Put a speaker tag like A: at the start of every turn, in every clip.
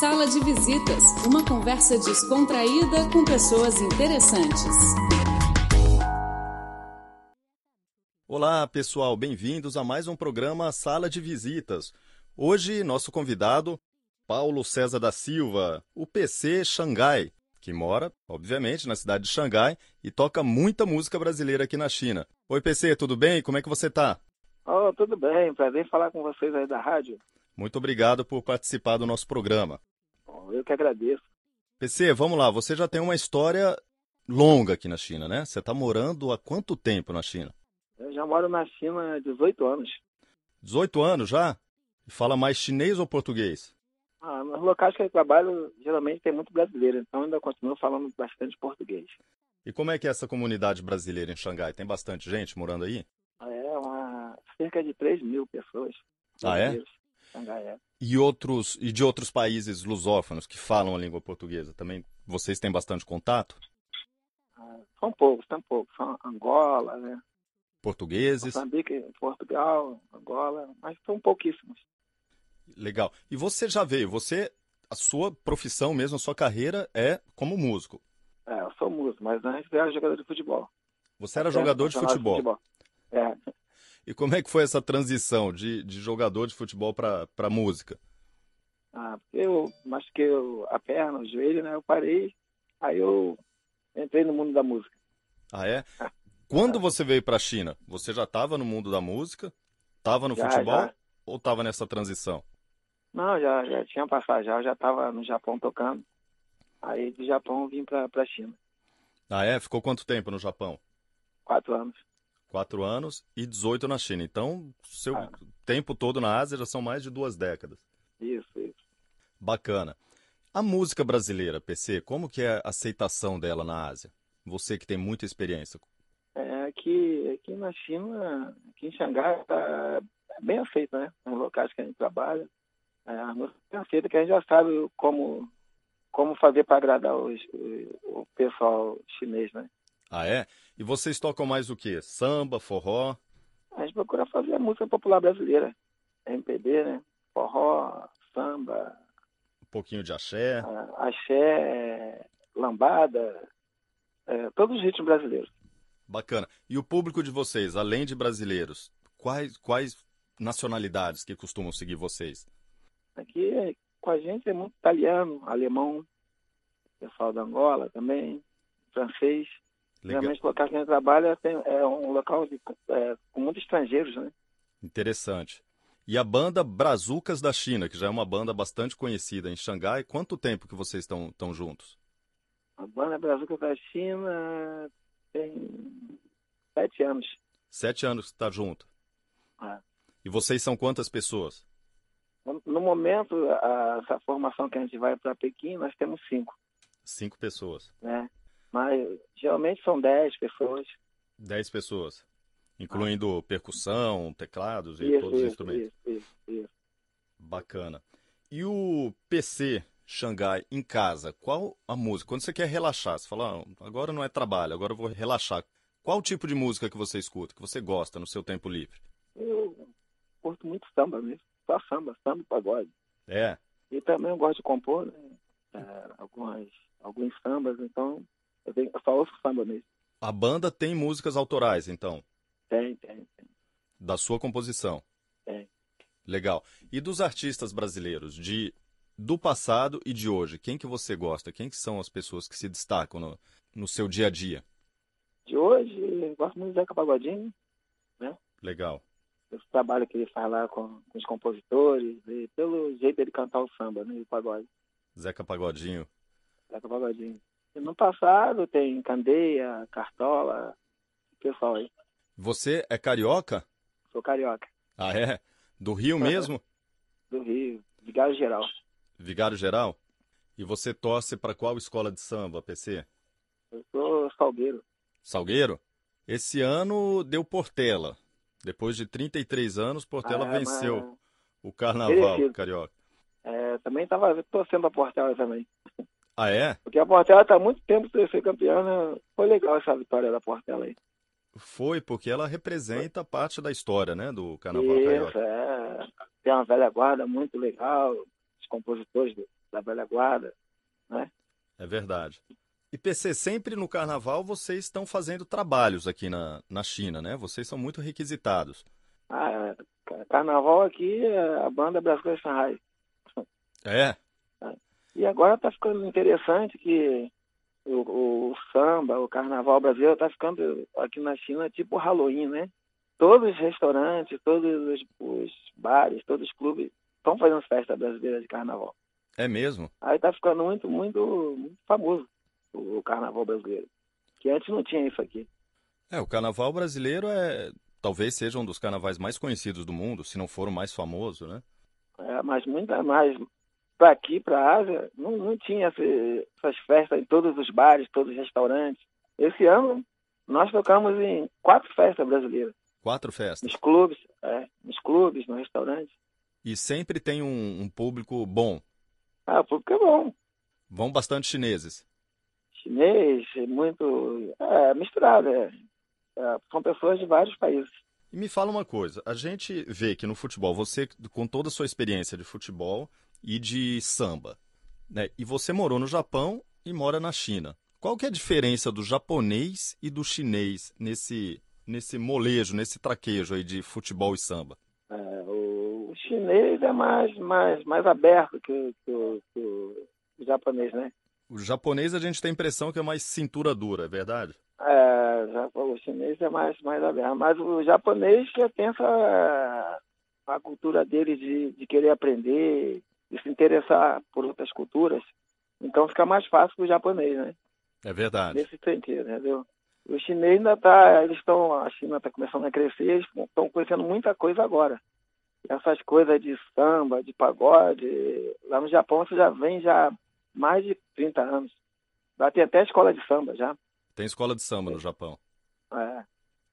A: Sala de Visitas, uma conversa descontraída com pessoas interessantes.
B: Olá, pessoal, bem-vindos a mais um programa Sala de Visitas. Hoje, nosso convidado, Paulo César da Silva, o PC Xangai, que mora, obviamente, na cidade de Xangai e toca muita música brasileira aqui na China. Oi, PC, tudo bem? Como é que você tá?
C: Oh, tudo bem, prazer em falar com vocês aí da rádio.
B: Muito obrigado por participar do nosso programa.
C: Bom, eu que agradeço.
B: PC, vamos lá, você já tem uma história longa aqui na China, né? Você está morando há quanto tempo na China?
C: Eu já moro na China há 18 anos.
B: 18 anos já? E fala mais chinês ou português?
C: Ah, nos locais que eu trabalho, geralmente tem muito brasileiro, então ainda continuo falando bastante português.
B: E como é que é essa comunidade brasileira em Xangai? Tem bastante gente morando aí?
C: É, uma, cerca de 3 mil pessoas.
B: Ah, é?
C: Xangai é.
B: E, outros, e de outros países lusófonos que falam a língua portuguesa? Também vocês têm bastante contato?
C: Ah, São poucos, são poucos. São Angola, né?
B: Portugueses?
C: Moçambique, Portugal, Angola, mas são pouquíssimos.
B: Legal. E você já veio, você, a sua profissão mesmo, a sua carreira é como músico.
C: É, eu sou músico, mas antes eu era jogador de futebol.
B: Você era
C: É,
B: jogador de
C: profissional
B: futebol.
C: É.
B: E como é que foi essa transição de, de jogador de futebol para música?
C: Ah, porque eu machuquei o- a perna, o joelho, né? Eu parei, aí eu entrei no mundo da música.
B: Ah, é? Quando você veio para a China, você já estava no mundo da música? Estava no
C: Já,
B: futebol?
C: já.
B: Ou estava nessa transição?
C: Não, já, já tinha passado, já, eu já estava no Japão tocando. Aí do Japão eu vim para a China,
B: Ah, é? Ficou quanto tempo no Japão?
C: quatro anos.
B: Quatro anos e 18 na China. Então, seu
C: Ah.
B: tempo todo na Ásia já são mais de duas décadas.
C: Isso, isso.
B: Bacana. A música brasileira, PC, como que é a aceitação dela na Ásia? Você que tem muita experiência.
C: É, aqui, aqui na China, aqui em Xangai, tá bem aceito, né? Nos locais que a gente trabalha. É, a música é aceita, que a gente já sabe como, como fazer para agradar os, o pessoal chinês, né?
B: Ah, é? E vocês tocam mais o quê? Samba, forró?
C: A gente procura fazer a música popular brasileira. MPB, né? Forró, samba,
B: Um pouquinho de axé?
C: ah, axé, lambada, eh, todos os ritmos brasileiros.
B: Bacana. E o público de vocês, além de brasileiros, quais, quais nacionalidades que costumam seguir vocês?
C: Aqui eh, com a gente é muito italiano, alemão, pessoal da Angola também, francês.
B: Legal.
C: Geralmente o local que a gente trabalha tem- é um local de, eh, com muitos estrangeiros, né?
B: Interessante. E a banda Brazucas da China, que já é uma banda bastante conhecida em Xangai, quanto tempo que vocês estão estão juntos?
C: A banda brasileira da China tem sete anos.
B: Sete anos que está junto.
C: Ah.
B: E vocês são quantas pessoas?
C: No momento, a- essa formação que a gente vai para Pequim, nós temos cinco,
B: Cinco pessoas.
C: né? Mas geralmente são dez pessoas.
B: Dez pessoas. Incluindo percussão, teclados e todos os
C: Ah. isso,
B: instrumentos.
C: isso, isso, isso.
B: Bacana. E o PC Xangai em casa, qual a música? Quando você quer relaxar, você fala, "Ah, agora não é trabalho, agora eu vou relaxar. Qual tipo de música que você escuta, que você gosta no seu tempo livre?
C: Eu curto muito samba mesmo, só samba, samba e pagode.
B: É,
C: E também eu gosto de compor né? É, algumas, alguns sambas, então eu, tenho, eu só ouço samba mesmo.
B: a banda tem músicas autorais, então,
C: Tem, tem, tem.
B: da sua composição.
C: Tem.
B: Legal. E dos artistas brasileiros, de do passado e de hoje, quem que você gosta? Quem que são as pessoas que se destacam no, no seu dia a dia?
C: De hoje, eu gosto muito do Zeca Pagodinho,
B: Legal.
C: esse trabalho que ele faz lá com, com os compositores, e pelo jeito dele cantar o samba, né? E o pagode.
B: Zeca Pagodinho.
C: Zeca Pagodinho. E no passado tem Candeia, Cartola, esse pessoal aí.
B: Você é carioca?
C: Sou carioca,
B: Ah, é? Do Rio mesmo?
C: do Rio, de Galo Geral.
B: Vigário Geral? E você torce para qual escola de samba, PC?
C: Eu sou salgueiro.
B: Salgueiro? Esse ano deu Portela. Depois de 33 anos, Portela
C: Ah,
B: venceu
C: mas,
B: o carnaval
C: merecido.
B: carioca.
C: é, também tava torcendo a Portela também.
B: Ah, é?
C: Porque a Portela tá há muito tempo sem ser campeã. Né? Foi legal essa vitória da Portela aí.
B: Foi porque ela representa parte da história, né, do carnaval
C: Isso,
B: carioca.
C: é. Tem uma velha guarda muito legal. Os compositores da velha guarda, né?
B: É verdade. E PC, sempre no carnaval vocês estão fazendo trabalhos aqui na, na China, né? Vocês são muito requisitados.
C: Ah, carnaval aqui, é, a banda brasileira Shanghai.
B: É?
C: E agora tá ficando interessante que o, o, o samba, o carnaval brasileiro tá ficando aqui na China tipo Halloween, né? Todos os restaurantes, todos os, os bares, todos os clubes estão fazendo festa brasileira de carnaval.
B: É mesmo?
C: Aí tá ficando muito, muito, muito famoso o, o carnaval brasileiro. Que antes não tinha isso aqui.
B: É, o carnaval brasileiro é talvez seja um dos carnavais mais conhecidos do mundo, se não for o mais famoso, né?
C: É, mas muita mais para aqui, para a Ásia, não, não tinha esse, essas festas em todos os bares, todos os restaurantes. Esse ano, nós tocamos em quatro festas brasileiras.
B: Quatro festas?
C: Nos clubes, é, nos clubes, no restaurante.
B: E sempre tem um, um público bom?
C: Ah, o público é bom.
B: Vão bastante chineses?
C: Chinês, muito... É, misturado, é. é. São pessoas de vários países.
B: E me fala uma coisa, a gente vê que no futebol, você com toda a sua experiência de futebol, e de samba. Né? E você morou no Japão e mora na China. Qual que é a diferença do japonês e do chinês nesse, nesse molejo, nesse traquejo aí de futebol e samba?
C: É, o chinês é mais, mais, mais aberto que, que, que, o japonês, né?
B: O japonês a gente tem a impressão que é mais cintura dura, é verdade?
C: É, o chinês é mais, mais aberto. Mas o japonês já pensa é, a cultura dele de, de querer aprender, de se interessar por outras culturas, então fica mais fácil para o japonês, né?
B: É verdade.
C: Nesse sentido, entendeu? O chinês ainda está, eles estão, a China está começando a crescer, eles estão conhecendo muita coisa agora. Essas coisas de samba, de pagode, lá no Japão isso já vem já mais de 30 anos. Lá tem até escola de samba já.
B: Tem escola de samba no Japão.
C: É.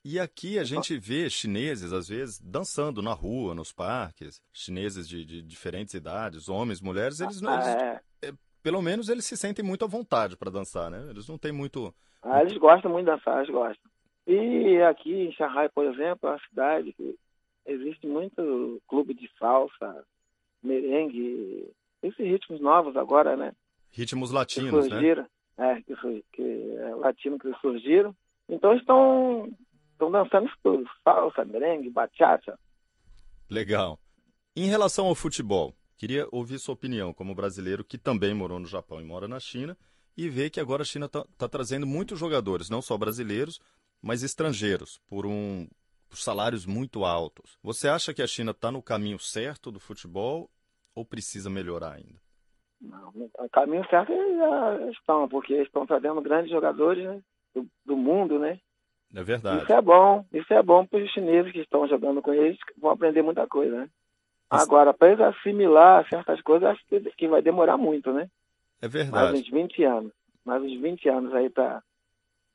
B: E aqui a gente vê chineses, às vezes, dançando na rua, nos parques, chineses de, de diferentes idades, homens, mulheres, eles, não, eles
C: é.
B: é, pelo menos eles se sentem muito à vontade para dançar, né? Eles não têm muito...
C: Ah, eles gostam muito de dançar, eles gostam. E aqui em Shanghai, por exemplo, é uma cidade que existe muito clube de salsa, merengue, esses ritmos novos agora, né?
B: Ritmos latinos,
C: que surgiram, né? É, que, que é latino que surgiram. Então estão estão dançando isso tudo. Salsa, merengue, bachata.
B: Legal. Em relação ao futebol, queria ouvir sua opinião como brasileiro que também morou no Japão e mora na China e vê que agora a China está tá trazendo muitos jogadores, não só brasileiros, mas estrangeiros, por um por salários muito altos. Você acha que a China está no caminho certo do futebol ou precisa melhorar ainda?
C: Não, o caminho certo é já estão, porque estão trazendo grandes jogadores né, do, do mundo, né?
B: É verdade.
C: Isso é bom. Isso é bom para os chineses que estão jogando com eles, vão aprender muita coisa, né? Isso... Agora, para eles assimilar certas coisas, acho que, que vai demorar muito, né?
B: É verdade.
C: Mais uns 20 anos. Mais uns 20 anos aí para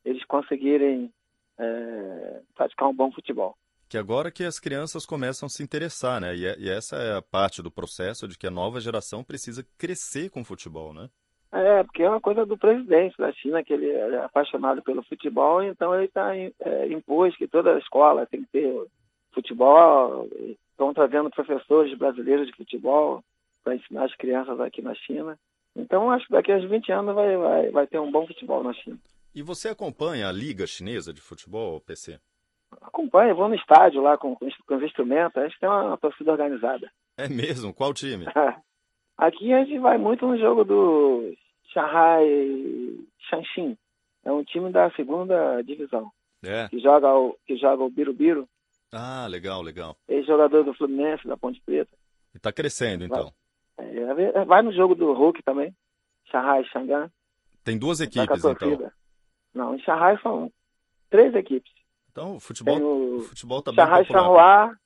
C: eles conseguirem é, praticar um bom futebol.
B: Que agora que as crianças começam a se interessar, né? E, é, e essa é a parte do processo de que a nova geração precisa crescer com o futebol, né?
C: É, porque é uma coisa do presidente da China, que ele é apaixonado pelo futebol, então ele está é, impôs que toda escola tem que ter futebol. Estão trazendo professores brasileiros de futebol para ensinar as crianças aqui na China. Então, acho que daqui a uns 20 anos vai, vai, vai ter um bom futebol na China.
B: E você acompanha a Liga Chinesa de Futebol, PC?
C: Acompanho, vou no estádio lá com, com os instrumentos. A gente tem uma, uma torcida organizada.
B: É mesmo? Qual time?
C: Aqui a gente vai muito no jogo do Shanghai Shanshin. É um time da segunda divisão.
B: É.
C: Que joga o, que joga o Birubiru.
B: Ah, legal, legal.
C: Ex-jogador do Fluminense, da Ponte Preta.
B: E tá crescendo, então.
C: Vai, é, vai no jogo do Hulk também. Shanghai Xangan.
B: Tem duas equipes, tá então.
C: Não, em Shanghai são três equipes.
B: Então, o futebol, Tem o... o futebol tá
C: Shanghai
B: bem popular.
C: Shanghua,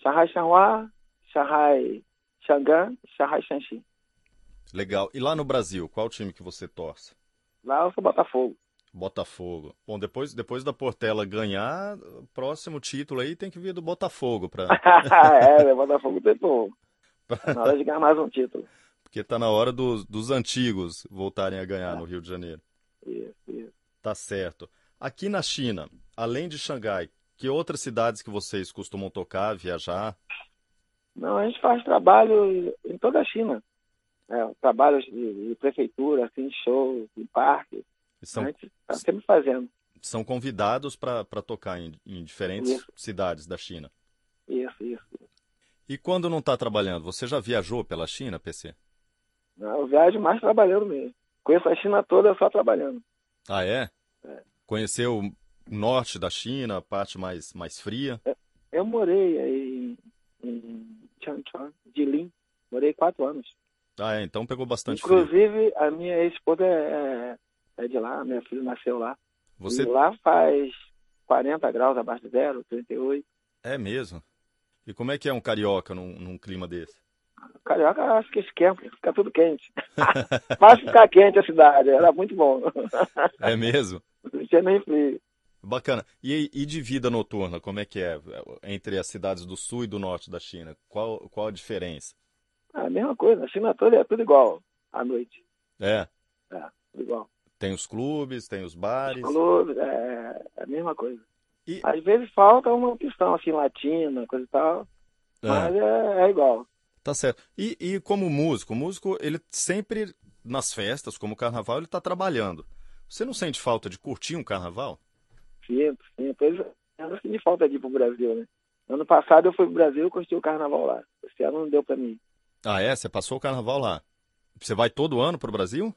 C: Shanghai Shanghua, Shanghai Xangan, Shanghai Shanxi.
B: Legal. E lá no Brasil, qual time que você torce?
C: Lá eu sou Botafogo.
B: Botafogo. Bom, depois, depois da Portela ganhar, o próximo título aí tem que vir do Botafogo para.
C: é, o Botafogo tentou. Tá na hora de ganhar mais um título.
B: Porque tá na hora dos, dos antigos voltarem a ganhar é. no Rio de Janeiro.
C: Isso, isso.
B: Tá certo. Aqui na China, além de Xangai, que outras cidades que vocês costumam tocar, viajar?
C: Não, a gente faz trabalho em toda a China. é, trabalhos de, de prefeitura, assim, shows, em parques.
B: São,
C: A gente está sempre fazendo
B: são convidados para tocar em, em diferentes
C: Isso.
B: cidades da China.
C: isso, isso.
B: E quando não está trabalhando, você já viajou pela China, PC?
C: né? Eu viajo mais trabalhando mesmo. Conheço a China toda só trabalhando.
B: Ah, é? Conheceu o norte da China, a parte mais, mais fria?
C: Eu morei aí em, em Changchun, Jilin. Morei quatro anos.
B: Ah, é, então pegou bastante frio.
C: Inclusive, a minha esposa é, é de lá, meu filho nasceu lá.
B: Você
C: E lá faz 40 graus abaixo de zero, 38.
B: é mesmo? E como é que é um carioca num, num clima desse?
C: Carioca, acho que esquenta, fica tudo quente. Faz ficar quente a cidade, era muito bom.
B: É mesmo?
C: Não tinha nem frio.
B: Bacana. E, e de vida noturna, como é que é entre as cidades do sul e do norte da China? Qual, qual a diferença?
C: É A mesma coisa, a China toda é tudo igual à noite.
B: É,
C: Tudo igual.
B: tem os clubes, tem os bares.
C: Clubes, é, é a mesma coisa.
B: E-
C: Às vezes falta uma opção, assim, latina, coisa e tal,
B: Ah,
C: mas é, é igual.
B: tá certo. E, e como músico, o músico, ele sempre, nas festas, como o carnaval, ele tá trabalhando. Você não sente falta de curtir um carnaval?
C: Sinto, sinto. Eles eles que me falta é assim de ir pro Brasil, né? Ano passado eu fui pro Brasil e curti o carnaval lá. Esse ano não deu pra mim.
B: Ah, é? Você passou o carnaval lá. Você vai todo ano pro Brasil?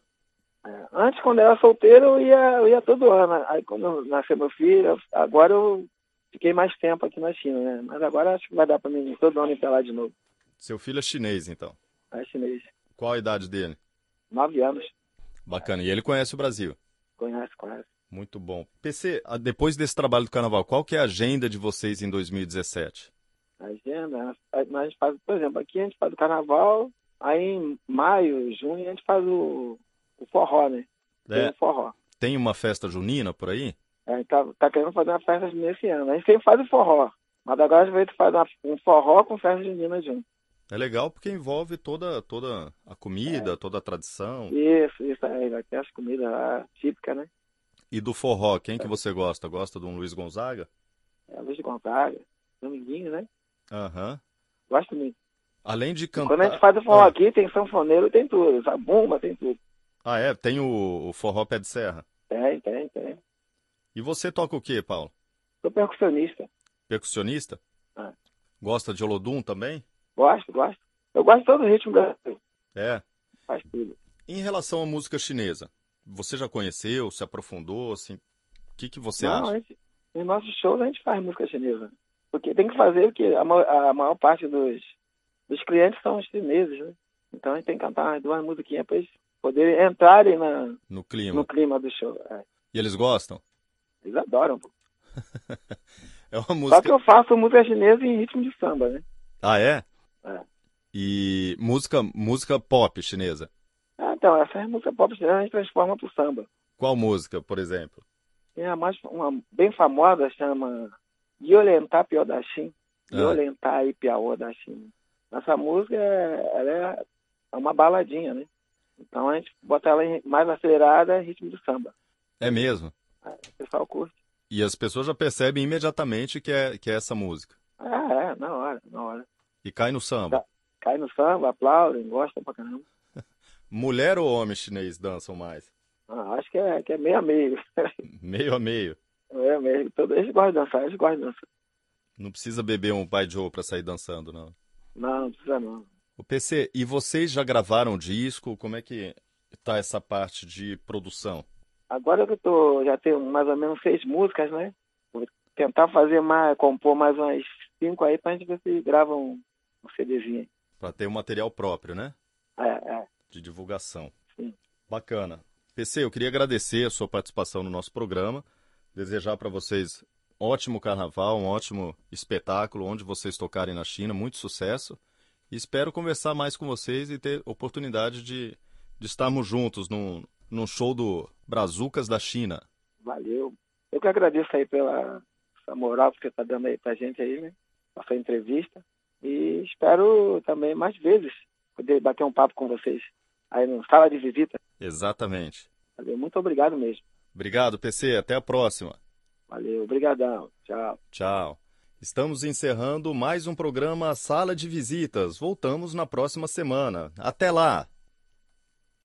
C: É, Antes, quando eu era solteiro, eu ia, eu ia todo ano. Aí, quando nasceu meu filho, eu- agora eu fiquei mais tempo aqui na China, né? Mas agora acho que vai dar pra mim ir todo ano ir pra lá de novo.
B: Seu filho é chinês, então.
C: É chinês.
B: Qual a idade dele?
C: Nove anos.
B: Bacana. E ele conhece o Brasil?
C: Conhece, conhece.
B: Muito bom. PC, ah, depois desse trabalho do carnaval, qual que é a agenda de vocês em 2017?
C: Agenda. a- Mas a gente faz, por exemplo, aqui a gente faz o carnaval. Aí em maio, junho, a gente faz o, o forró, né? Tem
B: É,
C: o forró.
B: tem uma festa junina por aí?
C: É, tá, tá querendo fazer uma festa junina esse ano. A gente sempre faz o forró. Mas agora a gente vai fazer uma- um forró com festa junina junto.
B: É legal porque envolve toda, toda a comida, toda a tradição.
C: Isso, isso aí. Vai ter as comidas lá, típicas, né?
B: E do forró, quem que você gosta? Gosta de um Luiz Gonzaga?
C: É, Luiz de Gonzaga, Dominguinho, né?
B: Aham.
C: Gosto muito.
B: Além de
C: Quando a
B: cantar.
C: gente faz o forró
B: Ah.
C: aqui, tem sanfoneiro, tem tudo. Zabumba, tem tudo.
B: Ah, é, tem o, o forró pé de serra.
C: Tem, tem, tem.
B: E você toca o quê, Paulo?
C: Sou percussionista.
B: Percussionista?
C: Ah.
B: Gosta de Olodum também?
C: Gosto, gosto. Eu gosto de todo o ritmo brasileiro.
B: É.
C: Faz tudo.
B: Em relação à música chinesa, você já conheceu, se aprofundou, assim? O que que você
C: Não,
B: acha?
C: a gente, nos nossos shows a gente faz música chinesa. Porque tem que fazer, porque a, ma- a maior parte dos, dos clientes são os chineses, né? Então a gente tem que cantar umas duas musiquinhas para eles poderem entrarem na,
B: No clima.
C: no clima do show. É,
B: E eles gostam?
C: eles adoram. pô.
B: É uma
C: Só
B: música.
C: que eu faço música chinesa em ritmo de samba, né?
B: Ah, é?
C: É.
B: E música, música pop chinesa.
C: Ah, então, essa é música pop chinesa a gente transforma pro samba.
B: Qual música, por exemplo?
C: Tem a mais, uma bem famosa, chama Yolentar Pio da Shin.
B: Ah.
C: Yolentar e Piaô da Shin. Essa música é, ela é- é uma baladinha, né? Então a gente bota ela em- mais acelerada, ritmo de samba.
B: É mesmo.
C: O pessoal curte.
B: E as pessoas já percebem imediatamente que é, que é essa música.
C: Ah, é, na hora, na hora.
B: E cai no samba.
C: Tá. Cai no samba, aplaudem, gostam pra caramba.
B: Mulher ou homem chinês dançam mais?
C: Ah, acho que é, que é meio a meio.
B: Meio a meio.
C: Meio a meio. Todo, eles gostam de dançar, eles gostam de dançar.
B: Não precisa beber um pai Joe pra sair dançando, não.
C: Não, não precisa não.
B: O PC, e vocês já gravaram disco? Como é que tá essa parte de produção?
C: Agora que eu tô, já tenho mais ou menos seis músicas, né? Vou tentar fazer mais, compor mais umas cinco aí pra gente ver se grava um, um CDzinho.
B: Pra ter um material próprio, né?
C: É, é.
B: de divulgação.
C: Sim.
B: Bacana. PC, eu queria agradecer a sua participação no nosso programa, desejar para vocês ótimo carnaval, um ótimo espetáculo, onde vocês tocarem na China, muito sucesso. E espero conversar mais com vocês e ter oportunidade de, de estarmos juntos num, num show do Brazucas da China.
C: Valeu. Eu que agradeço aí pela essa moral que você tá dando aí pra gente aí, né? Essa entrevista. E espero também mais vezes poder bater um papo com vocês aí no Sala de Visita.
B: Exatamente.
C: Valeu. Muito obrigado mesmo.
B: Obrigado, PC. Até a próxima.
C: Valeu. Obrigadão. Tchau.
B: Tchau. Estamos encerrando mais um programa Sala de Visitas. Voltamos na próxima semana. Até lá!